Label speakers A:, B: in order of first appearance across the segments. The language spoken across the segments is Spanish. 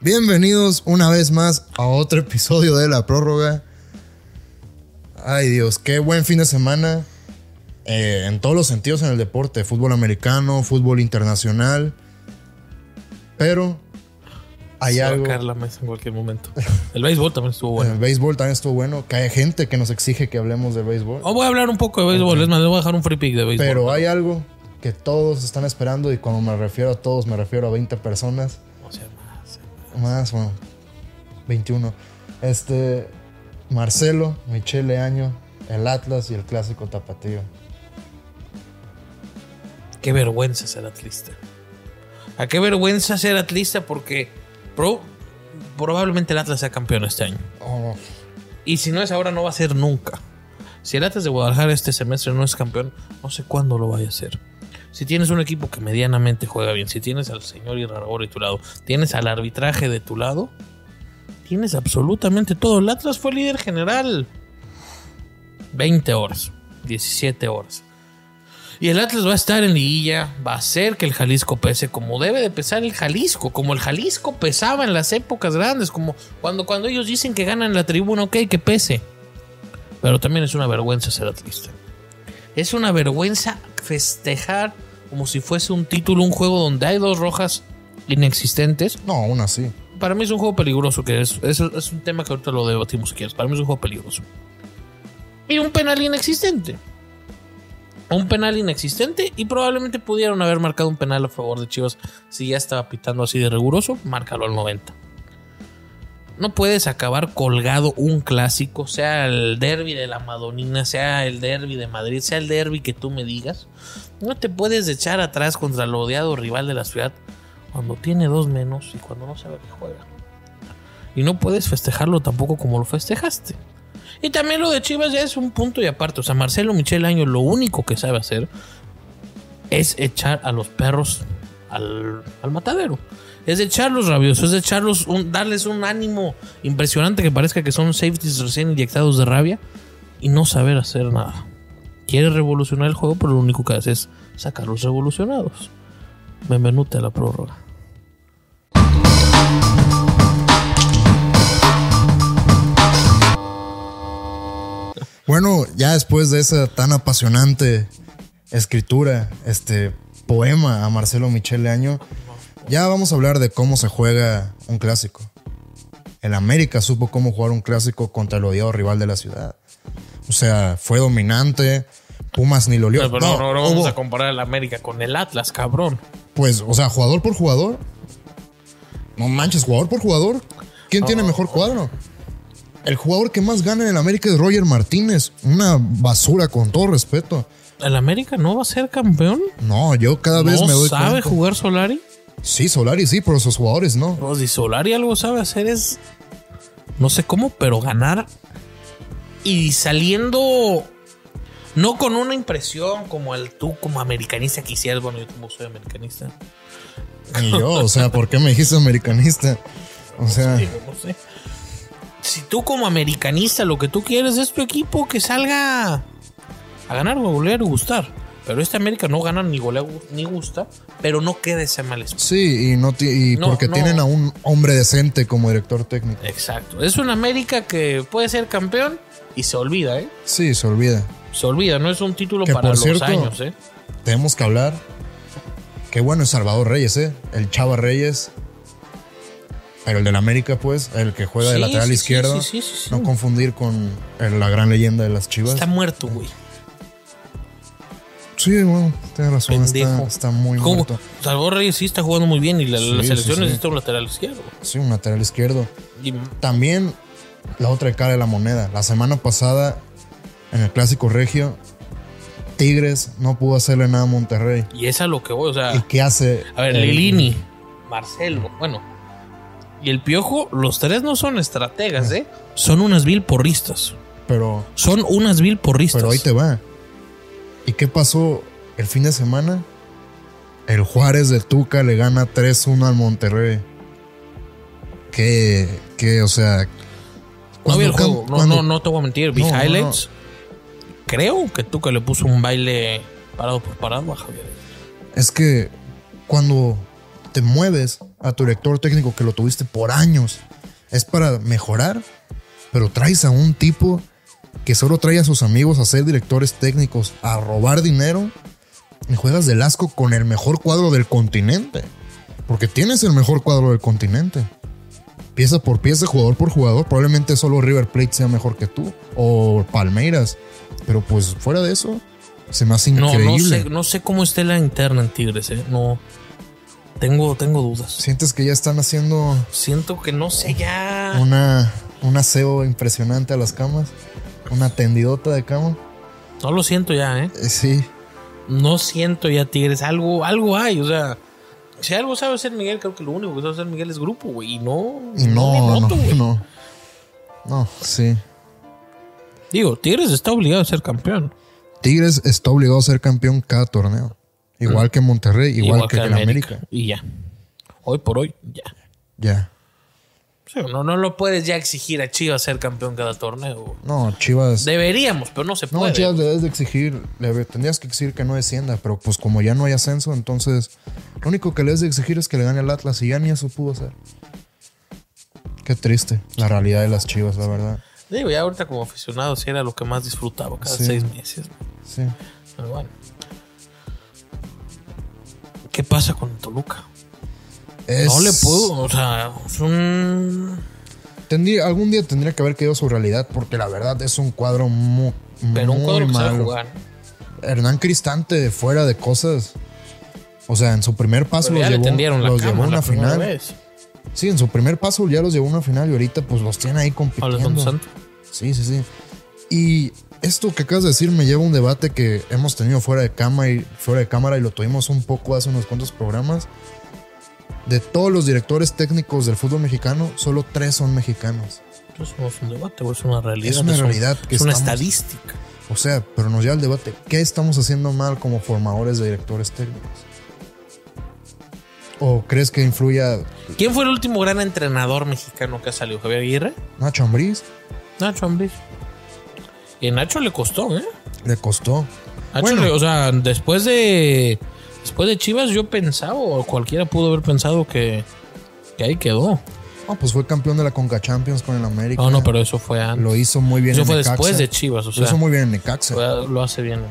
A: Bienvenidos una vez más a otro episodio de La Prórroga. Ay Dios, qué buen fin de semana. eh, en todos los sentidos en el deporte. Fútbol americano, fútbol internacional. Pero hay
B: Se va a
A: algo...
B: caer la mesa en cualquier momento. El béisbol también estuvo bueno.
A: El béisbol también estuvo bueno. Que hay gente que nos exige que hablemos de béisbol.
B: Oh, voy a hablar un poco de béisbol. Es más, les voy a dejar un free pick de béisbol.
A: pero hay algo que todos están esperando y cuando me refiero a todos me refiero a 20 personas.
B: O sea, más,
A: Más, bueno. 21. Este. Marcelo, Michele Año, el Atlas y el clásico Tapatío.
B: Qué vergüenza ser atlista. A qué vergüenza ser atlista porque pro- probablemente el Atlas sea campeón este año.
A: Oh,
B: Y si no es ahora, no va a ser nunca. Si el Atlas de Guadalajara este semestre no es campeón, no sé cuándo lo vaya a ser. Si tienes un equipo que medianamente juega bien, si tienes al señor Iraragorri de tu lado, tienes al arbitraje de tu lado, tienes absolutamente todo. El Atlas fue líder general 20 horas, 17 horas. Y el Atlas va a estar en liguilla, va a hacer que el Jalisco pese como debe de pesar el Jalisco, como el Jalisco pesaba en las épocas grandes, como cuando, cuando ellos dicen que ganan la tribuna, ok, que pese. Pero también es una vergüenza ser atlista. Es una vergüenza festejar como si fuese un título, un juego donde hay dos rojas inexistentes.
A: no, aún así.
B: Para mí es un juego peligroso, que es, es, es un tema que ahorita lo debatimos si quieres. Para mí es un juego peligroso. Y un penal inexistente. Un penal inexistente y probablemente pudieron haber marcado un penal a favor de Chivas si ya estaba pitando así de riguroso, márcalo al 90. No puedes acabar colgado un clásico, sea el derby de la Madonina, sea el derby de Madrid, sea el derby que tú me digas. No te puedes echar atrás contra el odiado rival de la ciudad cuando tiene dos menos y cuando no sabe que juega. Y no puedes festejarlo tampoco como lo festejaste. Y también lo de Chivas ya es un punto y aparte. O sea, Marcelo Michel Año lo único que sabe hacer es echar a los perros al, al matadero. Es echarlos rabiosos, es echarlos, un- darles un ánimo impresionante que parezca que son safeties recién inyectados de rabia y no saber hacer nada. Quiere revolucionar el juego, pero lo único que hace es sacarlos revolucionados. Bienvenute a la prórroga.
A: Bueno, ya después de esa tan apasionante escritura, este poema a Marcelo Michele Año, ya vamos a hablar de cómo se juega un clásico. El América supo cómo jugar un clásico contra el odiado rival de la ciudad. O sea, fue dominante. Pumas ni lo olió.
B: Pero, pero no, no, no vamos
A: hubo-
B: a comparar al América con el Atlas, cabrón.
A: Pues, o sea, jugador por jugador. No manches, jugador por jugador. ¿Quién
B: Ah.
A: tiene mejor cuadro? El jugador que más gana en el América es Roger Martínez. Una basura, con todo respeto.
B: ¿El América no va a ser campeón?
A: No, yo cada vez
B: ¿No
A: me doy
B: sabe
A: cuenta.
B: jugar Solari?
A: Sí, Solari sí, pero sus jugadores no.
B: No, si Solari algo sabe hacer es. No sé cómo, pero ganar. Y saliendo. No con una impresión como el tú, como americanista quisieras. Bueno, yo como soy americanista.
A: Ni yo, o sea, ¿por qué me dijiste americanista? O sea,
B: Digo, no sé. Si tú, como americanista, lo que tú quieres es tu equipo que salga a ganar, golear y gustar. Pero este América no gana ni golea gu- ni gusta, pero no queda ese mal espacio.
A: sí, y, no ti- y
B: No,
A: porque
B: no.
A: tienen a un hombre decente como director técnico.
B: Exacto. Es un América que puede ser campeón y se olvida, ¿eh?
A: Sí, se olvida.
B: Se olvida, no es un título
A: Que
B: para
A: por
B: los
A: cierto-
B: años, ¿eh?
A: tenemos que hablar. Qué bueno es Salvador Reyes, ¿eh? El Chava Reyes. Pero el del América, pues, el que juega de
B: Sí,
A: lateral
B: sí, sí,
A: izquierdo.
B: sí, sí, sí, sí.
A: No confundir con el- la gran leyenda de las chivas.
B: Está muerto, güey.
A: sí, bueno, tienes razón. Está,
B: Pendejo.
A: está muy
B: ¿Cómo?
A: muerto.
B: Salvador Reyes sí está jugando muy bien y la,
A: Sí,
B: la
A: sí,
B: selección
A: sí.
B: necesita un lateral izquierdo.
A: Sí, un lateral izquierdo.
B: Y
A: También la otra cara de la moneda. La semana pasada, en el Clásico Regio, Tigres no pudo hacerle nada a Monterrey.
B: y es a lo que voy, o sea.
A: ¿Y qué hace?
B: Ah. A ver,
A: el-
B: Lilini, Eh, Marcelo, bueno. Y el Piojo, los tres no son estrategas, ¿eh? Son unas vil porristas.
A: Pero
B: Son unas vil porristas.
A: Pero ahí te va. ¿Y qué pasó el fin de semana? El Juárez de Tuca le gana 3-1 al Monterrey. ¿Qué? ¿Qué? O sea...
B: no vi el
A: cuando cam-
B: juego. No,
A: cuando-
B: no, no te voy a mentir. Vi
A: No, no,
B: highlights. Creo que Tuca le puso un baile parado por parado a Javier.
A: Es que cuando te mueves a tu director técnico que lo tuviste por años es para mejorar, pero traes a un tipo que solo trae a sus amigos a ser directores técnicos, a robar dinero y juegas del asco con el mejor cuadro del continente. Porque tienes el mejor cuadro del continente. Pieza por pieza, jugador por jugador. Probablemente solo River Plate sea mejor que tú. O Palmeiras. Pero pues fuera de eso, se me hace
B: No,
A: increíble.
B: no sé, no sé cómo esté la interna en Tigres, eh. No. Tengo, tengo dudas.
A: Sientes que ya están haciendo
B: Siento que no sé ya.
A: una, un aseo impresionante a las camas. Una tendidota de cama.
B: No lo siento ya, eh.
A: Eh, sí.
B: No siento ya Tigres. Algo, algo hay, o sea. Si algo sabe hacer Miguel, creo que lo único que sabe hacer Miguel es grupo, güey. Y no.
A: Y
B: lo
A: no, no,
B: noto, güey.
A: no. No, sí.
B: Digo, Tigres está obligado a ser campeón.
A: Tigres está obligado a ser campeón cada torneo. Igual que Monterrey, igual, que, en América.
B: Y ya. Hoy por hoy, ya.
A: Ya.
B: O sea, no, no lo puedes ya exigir a Chivas ser campeón cada torneo. güey.
A: No, Chivas.
B: Deberíamos, pero no se
A: no,
B: puede.
A: Chivas debes de exigir. Le tendrías que exigir que no descienda, pero pues como ya no hay ascenso, entonces lo único que le debes de exigir es que le gane al Atlas y ya ni eso pudo hacer. Qué triste la realidad de las Chivas, la verdad.
B: Digo, ya ahorita como aficionado sí era lo que más disfrutaba cada
A: Sí.
B: seis meses.
A: Sí.
B: Pero bueno. ¿Qué pasa con Toluca? No
A: Es-
B: le puedo, o sea, es un...
A: Tendría, algún día tendría que haber quedado su realidad, porque la verdad es un cuadro mu- muy,
B: Pero un cuadro que sabe
A: malo.
B: jugar.
A: Hernán Cristante fuera de cosas. O sea, en su primer paso
B: Pero ya
A: los
B: le
A: llevó,
B: tendieron la
A: los
B: cama
A: llevó a
B: la
A: una
B: primera
A: final.
B: vez.
A: Sí, en su primer paso ya los llevó a una final y ahorita pues los tiene ahí
B: Alejandro
A: compitiendo.
B: Santos.
A: Sí, sí, sí. Y esto que acabas de decir me lleva a un debate que hemos tenido fuera de cama y fuera de cámara y lo tuvimos un poco hace unos cuantos programas. De todos los directores técnicos del fútbol mexicano, solo tres son mexicanos.
B: Eso no es un debate, güey, es una realidad.
A: Es una
B: un-
A: realidad que
B: es una
A: estamos-
B: estadística.
A: O sea, pero nos lleva al debate, ¿qué estamos haciendo mal como formadores de directores técnicos? ¿O crees que influya
B: ¿Quién fue el último gran entrenador mexicano que ha salido? ¿Javier Aguirre?
A: Nacho Ambriz?
B: Nacho Ambriz. Y a Nacho le costó, ¿eh?
A: Le costó.
B: Nacho
A: Bueno.
B: le- o sea, después de después de Chivas yo pensaba, o cualquiera pudo haber pensado que, que ahí quedó.
A: No, pues fue campeón de la Conca Champions con el América.
B: No, no, pero eso fue antes.
A: Lo hizo muy bien
B: eso
A: en
B: fue
A: Necaxa.
B: después de Chivas, o
A: Lo
B: sea,
A: hizo muy bien en Necaxa.
B: fue- lo hace bien.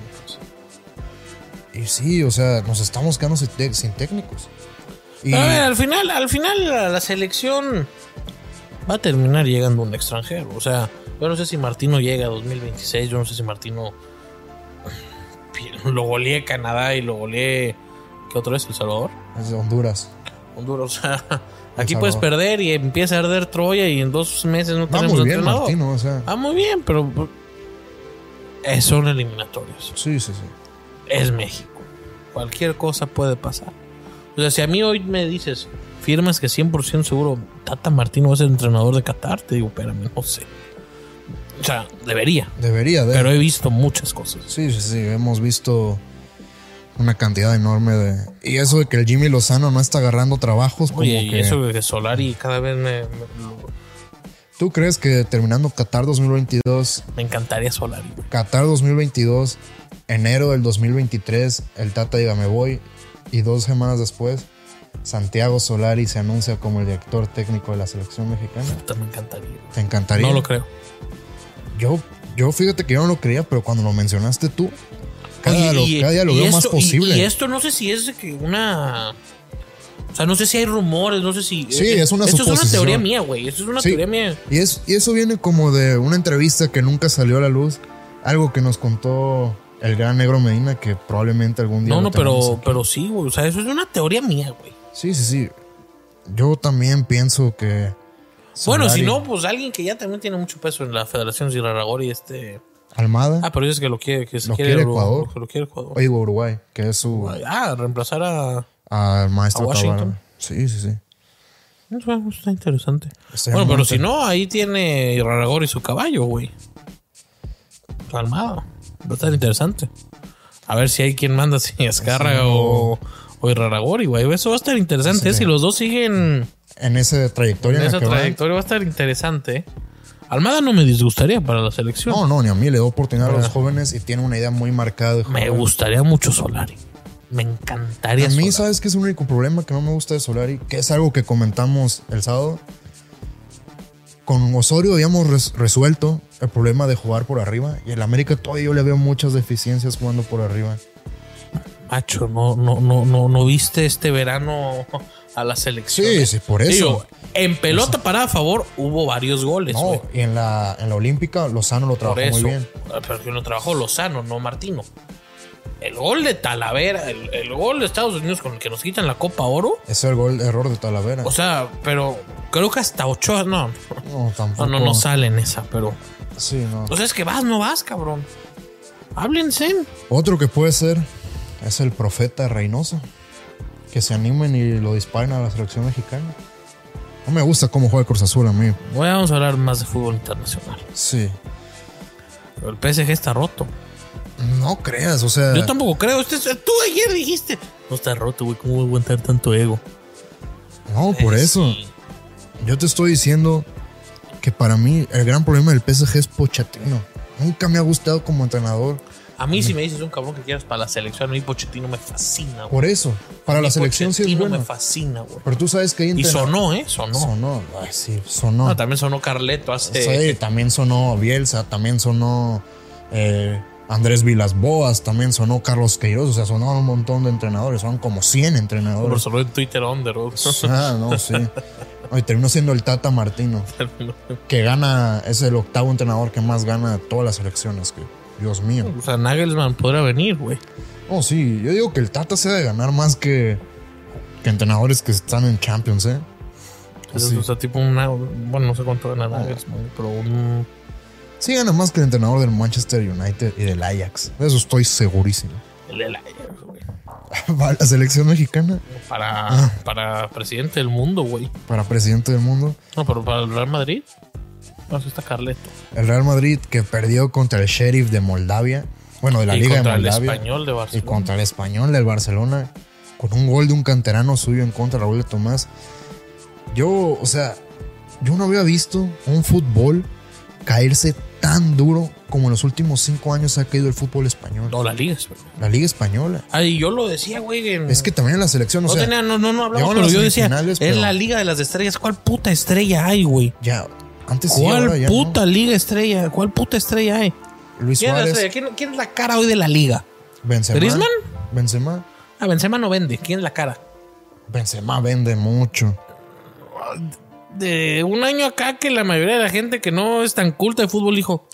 A: Y sí, o sea, nos estamos quedando sin, tec- sin técnicos. Y
B: A ver, al final, al final la, la selección va a terminar llegando un extranjero, o sea, yo no sé si Martino llega a 2026, yo no sé si Martino lo goleé Canadá y lo goleé ¿qué otra vez? El Salvador.
A: es de Honduras.
B: Honduras. O sea, aquí
A: Salvador.
B: puedes perder y empieza a arder Troya y en dos meses no
A: Va
B: tenemos
A: muy bien,
B: entrenador.
A: Martino. O sea,
B: Va muy bien, pero eh, son eliminatorios.
A: sí, sí, sí.
B: Es México. Cualquier cosa puede pasar. O sea, si a mí hoy me dices, firmas que 100% seguro Tata Martino va a ser entrenador de Qatar, te digo, espérame, no sé. O sea, debería.
A: Debería de.
B: Pero he visto muchas cosas.
A: Sí, sí, sí. Hemos visto una cantidad enorme de. Y eso de que el Jimmy Lozano no está agarrando trabajos, como
B: Oye, y
A: que.
B: eso de que Solari cada vez me, me- lo-
A: ¿Tú crees que terminando Qatar 2022
B: me encantaría Solari. güey.
A: Qatar 2022, enero del 2023, el Tata diga me voy y dos semanas después, Santiago Solari se anuncia como el director técnico de la selección mexicana.
B: Puta, Me encantaría. güey.
A: ¿Te encantaría?
B: No lo creo.
A: yo, yo fíjate que yo no lo creía, pero cuando lo mencionaste tú, cada, día lo, cada día lo
B: y
A: veo más
B: esto- y-
A: posible.
B: Y, esto no sé si es de que una. O sea, no sé si hay rumores, no sé si.
A: Sí, es una
B: Esto es una
A: suposición.
B: teoría mía, güey. Esto es una
A: Sí.
B: teoría mía.
A: Y es, y eso viene como de una entrevista que nunca salió a la luz, algo que nos contó el gran negro Medina, que probablemente algún día...
B: No,
A: lo
B: no,
A: tengamos
B: pero,
A: aquí.
B: pero sí, güey. O sea, eso es una teoría mía, güey.
A: Sí, sí, sí. Yo también pienso que...
B: Bueno,
A: Solari-
B: si no, pues alguien que ya también tiene mucho peso en la Federación Ziraragori, este.
A: Almada.
B: Ah, pero dices que lo quiere, que se
A: Lo
B: quiere,
A: quiere
B: Uru-
A: Ecuador.
B: que lo quiere Ecuador.
A: Oigo Uruguay, que es su
B: Ah, reemplazar a.
A: al maestro
B: ¿A Washington?
A: Tabárez. Sí, sí, sí.
B: Eso Está interesante.
A: Está
B: bueno,
A: muy
B: pero si
A: interesante.
B: no, ahí tiene Iraragorri su caballo, güey. Su armado. Va a estar interesante. A ver si hay quien manda, si Azcárraga o, o Iraragorri, güey. Eso va a estar interesante. ¿eh? Si los dos siguen
A: En esa trayectoria
B: en
A: en la
B: esa
A: que van.
B: trayectoria, va a estar interesante. ¿eh? Almada no me disgustaría para la selección.
A: No, no, ni a mí le da oportunidad a los jóvenes y tiene una idea muy marcada. de
B: Me
A: jugar.
B: gustaría mucho Solari. Me encantaría.
A: A mí,
B: Solari.
A: ¿sabes que es el único problema que no me gusta de Solari? Que es algo que comentamos el sábado. Con Osorio habíamos res- resuelto el problema de jugar por arriba. Y el América todavía yo le veo muchas deficiencias jugando por arriba.
B: Macho, no, no, no, no, no viste este verano a la selección. ¿eh?
A: Sí, sí, por eso.
B: Digo, en pelota parada a favor hubo varios goles. güey.
A: No, y en la, en la Olímpica Lozano lo
B: por
A: trabajó
B: eso.
A: muy bien.
B: Pero que lo trabajó Lozano, no Martino. El gol de Talavera, el, el gol de Estados Unidos con el que nos quitan la Copa Oro.
A: Ese es el gol error de Talavera.
B: O sea, pero creo que hasta ocho. No,
A: no,
B: no,
A: tampoco.
B: no, no sale en esa, pero.
A: Sí, no.
B: O sea, es que vas, no vas, cabrón. Háblense.
A: Otro que puede ser es el profeta Reynoso. Que se animen y lo disparen a la selección mexicana. No me gusta cómo juega el Cruz Azul a mí.
B: Voy a- vamos a hablar más de fútbol internacional.
A: Sí.
B: Pero el PSG está roto.
A: No creas, o sea.
B: Yo tampoco creo. Este es- tú ayer dijiste. No está roto, güey. ¿Cómo voy a aguantar tanto ego?
A: no, por
B: Eh,
A: eso.
B: sí.
A: Yo te estoy diciendo que para mí el gran problema del PSG es Pochettino. Nunca me ha gustado como entrenador.
B: A mí, si me dices un cabrón que quieras para la selección, a mí Pochettino me fascina, güey.
A: Por eso, para la
B: Mi
A: selección sí es
B: Pochettino
A: bueno.
B: me fascina, güey.
A: Pero tú sabes que hay
B: Y
A: entrenadores-
B: sonó, ¿eh? Sonó.
A: Sonó, ay, sí, sonó.
B: No, también sonó Carleto hace.
A: Sí, también sonó Bielsa, también sonó eh, Andrés Vilasboas, también sonó Carlos Queiroz, o sea, sonaron un montón de entrenadores, son como 100
B: Pero
A: entrenadores.
B: sonó en Twitter Under, güey.
A: Ah, no, sí. No, Y terminó siendo el Tata Martino, que gana, es el octavo entrenador que más gana de todas las elecciones, que, Dios mío.
B: O sea, Nagelsmann podrá venir, güey.
A: No, sí, yo digo que el Tata se ha de ganar más que, que entrenadores que están en Champions, ¿eh?
B: Es,
A: Sí. Ah.
B: O sea, tipo una. Bueno, no sé cuánto gana Nagelsmann, pero un.
A: Sí, gana más que el entrenador del Manchester United y del Ajax, de eso estoy segurísimo.
B: el- el- el- güey.
A: Para la selección mexicana, Ah.
B: Para, para presidente del mundo, güey.
A: para presidente del mundo.
B: No, pero para el Real Madrid. No, sí está Carleto.
A: El Real Madrid que perdió contra el Sheriff de Moldavia. Bueno, de la
B: y
A: Liga de
B: contra el
A: Moldavia.
B: español de
A: y
B: Barcelona.
A: contra el Español del Barcelona. Con un gol de un canterano suyo en contra de Raúl de Tomás. Yo, o sea, yo no había visto un fútbol caerse tan duro como en los últimos cinco años ha caído el fútbol español.
B: No, la Liga española.
A: La Liga Española.
B: Ay, yo lo decía, güey. en-
A: Es que también en la selección, o
B: no,
A: sea,
B: tenía- no, no, no hablamos,
A: llegaron
B: pero
A: las
B: yo decía,
A: semifinales,
B: es
A: pero-
B: la Liga de las Estrellas. ¿Cuál puta estrella hay, güey?
A: ya, antes sí, ahora
B: ¿Cuál
A: ya no.
B: puta Liga Estrella? ¿Cuál puta estrella hay?
A: Luis
B: ¿Quién es la
A: Suárez,
B: estrella? ¿Quién- quién es la cara hoy de la Liga?
A: Benzema.
B: ¿Griezmann?
A: Benzema.
B: Ah, Benzema no vende. ¿Quién es la cara?
A: Benzema vende mucho.
B: De un año acá que la mayoría de la gente que no es tan culta de fútbol dijo,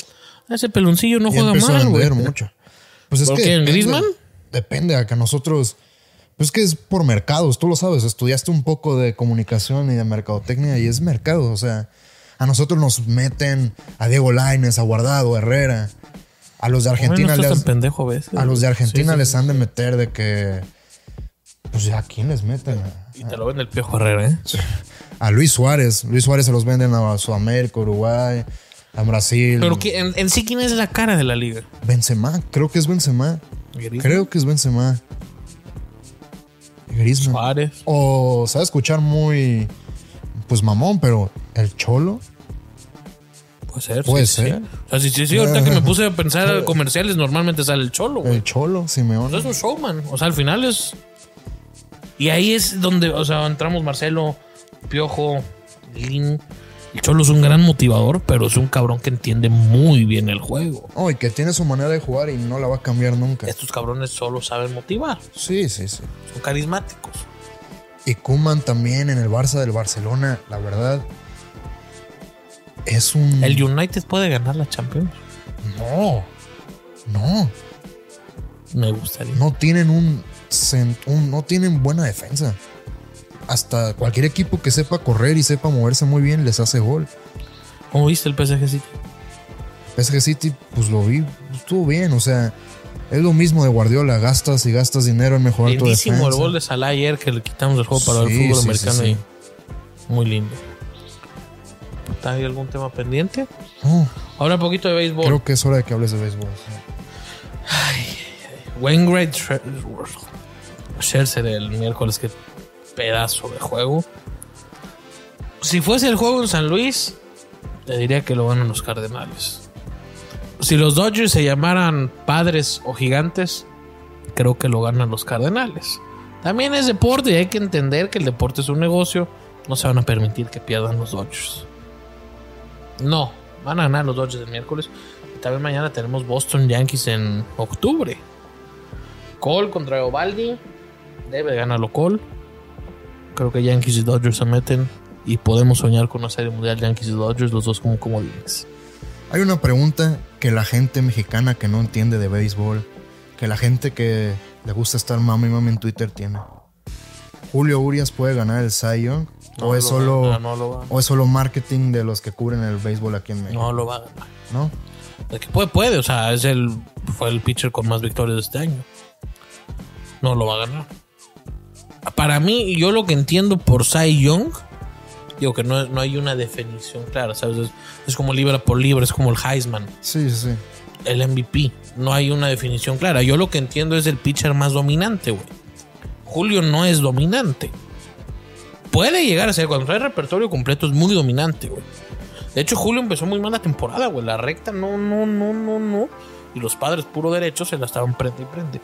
B: "Ah, ese peloncillo no
A: Y
B: juega
A: empezó a
B: mal, güey.
A: vender mucho. Pues es
B: ¿Por
A: que
B: qué? ¿En
A: depende-
B: Griezmann?
A: Depende a que nosotros. Pues que es por mercados, tú lo sabes. Estudiaste un poco de comunicación y de mercadotecnia y es mercado. O sea, a nosotros nos meten a Diego Laines, a Guardado, a Herrera. A los de
B: Hombre, no
A: Argentina,
B: estás
A: les,
B: tan pendejo a veces.
A: a los de Argentina
B: Sí, sí.
A: les han de meter de que. Pues a quién les meten.
B: Y te lo vende el Piojo Herrera, ¿eh?
A: A Luis Suárez. Luis Suárez se los venden a Sudamérica, Uruguay, a Brasil.
B: Pero ¿quién- en, en sí, ¿quién es la cara de la liga?
A: Benzema, creo que es Benzema.
B: Griezmann,
A: Creo que es Benzema. Griezmann.
B: Suárez.
A: O sabe escuchar muy. Pues mamón, pero el cholo.
B: Puede ser.
A: Puede
B: sí, sí,
A: ser. Eh.
B: sí. O sea, sí, sí, sí, ahorita que me puse a pensar en comerciales, normalmente sale el cholo, güey.
A: El cholo,
B: O sea, es
A: Simeone.
B: un showman. O sea, al final es. Y ahí es donde, o sea, entramos Marcelo, Piojo, Lin. El Cholo es un gran motivador, pero es un cabrón que entiende muy bien el juego.
A: Oh, y que tiene su manera de jugar y no la va a cambiar nunca.
B: Estos cabrones solo saben motivar.
A: Sí, sí, sí.
B: Son carismáticos.
A: Y Kuman también en el Barça del Barcelona, la verdad. Es un.
B: El United puede ganar la Champions.
A: No. No.
B: Me gustaría.
A: no tienen un, cen- un- no tienen buena defensa. Hasta cualquier equipo que sepa correr y sepa moverse muy bien les hace gol.
B: ¿Cómo viste el PSG City?
A: PSG City, pues lo vi, estuvo bien, o sea, es lo mismo de Guardiola, gastas y gastas dinero en mejorar tu defensa.
B: Lindísimo el gol de Salah ayer que le quitamos el juego para el
A: Sí,
B: fútbol
A: sí, sí,
B: americano.
A: sí.
B: y- Muy lindo. Puta, ¿Hay algún tema pendiente?
A: No,
B: Ahora un poquito de béisbol.
A: Oh, creo que es hora de que hables de béisbol.
B: Wainwright Scher- Scherzer el miércoles, qué pedazo de juego. Si fuese el juego en San Luis, te diría que lo ganan los Cardenales. Si los Dodgers se llamaran Padres o Gigantes, creo que lo ganan los Cardenales. También es deporte y hay que entender que el deporte es un negocio. No se van a permitir que pierdan los Dodgers. No, van a ganar los Dodgers el miércoles. Y también mañana tenemos Boston Yankees en octubre. Cole contra Ovaldi. Debe ganarlo Cole. Creo que Yankees y Dodgers se meten. Y podemos soñar con una serie mundial Yankees y Dodgers, los dos como comodines.
A: Hay una pregunta que la gente mexicana que no entiende de béisbol, que la gente que le gusta estar mami mami en Twitter tiene. Julio Urias puede ganar el Cy Young
B: No
A: o es
B: lo
A: solo
B: gana, no lo gana.
A: o es solo marketing de los que cubren el béisbol aquí en México,
B: No lo va a ganar.
A: ¿no?
B: El que puede, puede. O sea, es el, fue el pitcher con más victorias de este año. No lo va a ganar. Para mí, yo lo que entiendo por Cy Young, digo que no, no hay una definición clara, ¿sabes? Es, es como libra por libra, es como el Heisman,
A: Sí, sí, sí.
B: el MVP. No hay una definición clara. Yo lo que entiendo es el pitcher más dominante, güey. Julio no es dominante. Puede llegar a ser, cuando trae repertorio completo, es muy dominante, güey. De hecho, Julio empezó muy mal la temporada, güey. La recta, no, no, no, no, no. Y los padres, puro derecho, se la estaban prende y prende.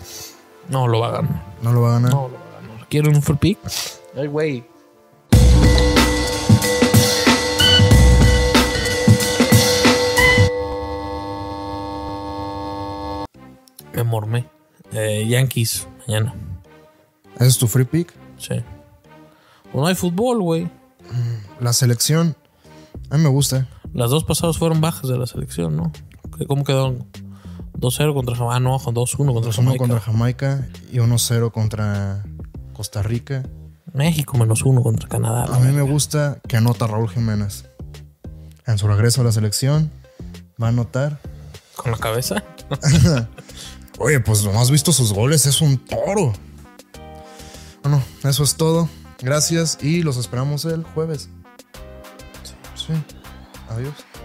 B: No lo va a ganar.
A: No lo va a ganar.
B: No lo va a ganar. ¿Quieren un full pick? Ay, güey. Me mormé. Eh, Yankees, mañana.
A: Ese es tu free pick.
B: Sí. Pues no hay fútbol, güey.
A: La selección a mí me gusta.
B: Las dos pasadas fueron bajas de la selección, ¿no? ¿Qué- ¿Cómo quedaron? 2-0 contra Jamaica. Ah, no, 2-1 contra
A: Uno
B: Jamaica.
A: contra Jamaica y 1-0 contra Costa Rica.
B: México menos 1 contra Canadá.
A: A mí me gusta que anota Raúl Jiménez. En su regreso a la selección va a anotar.
B: Con la cabeza.
A: Oye, pues no has visto sus goles, es un toro. Bueno, eso es todo. Gracias y los esperamos el jueves. Sí. Adiós.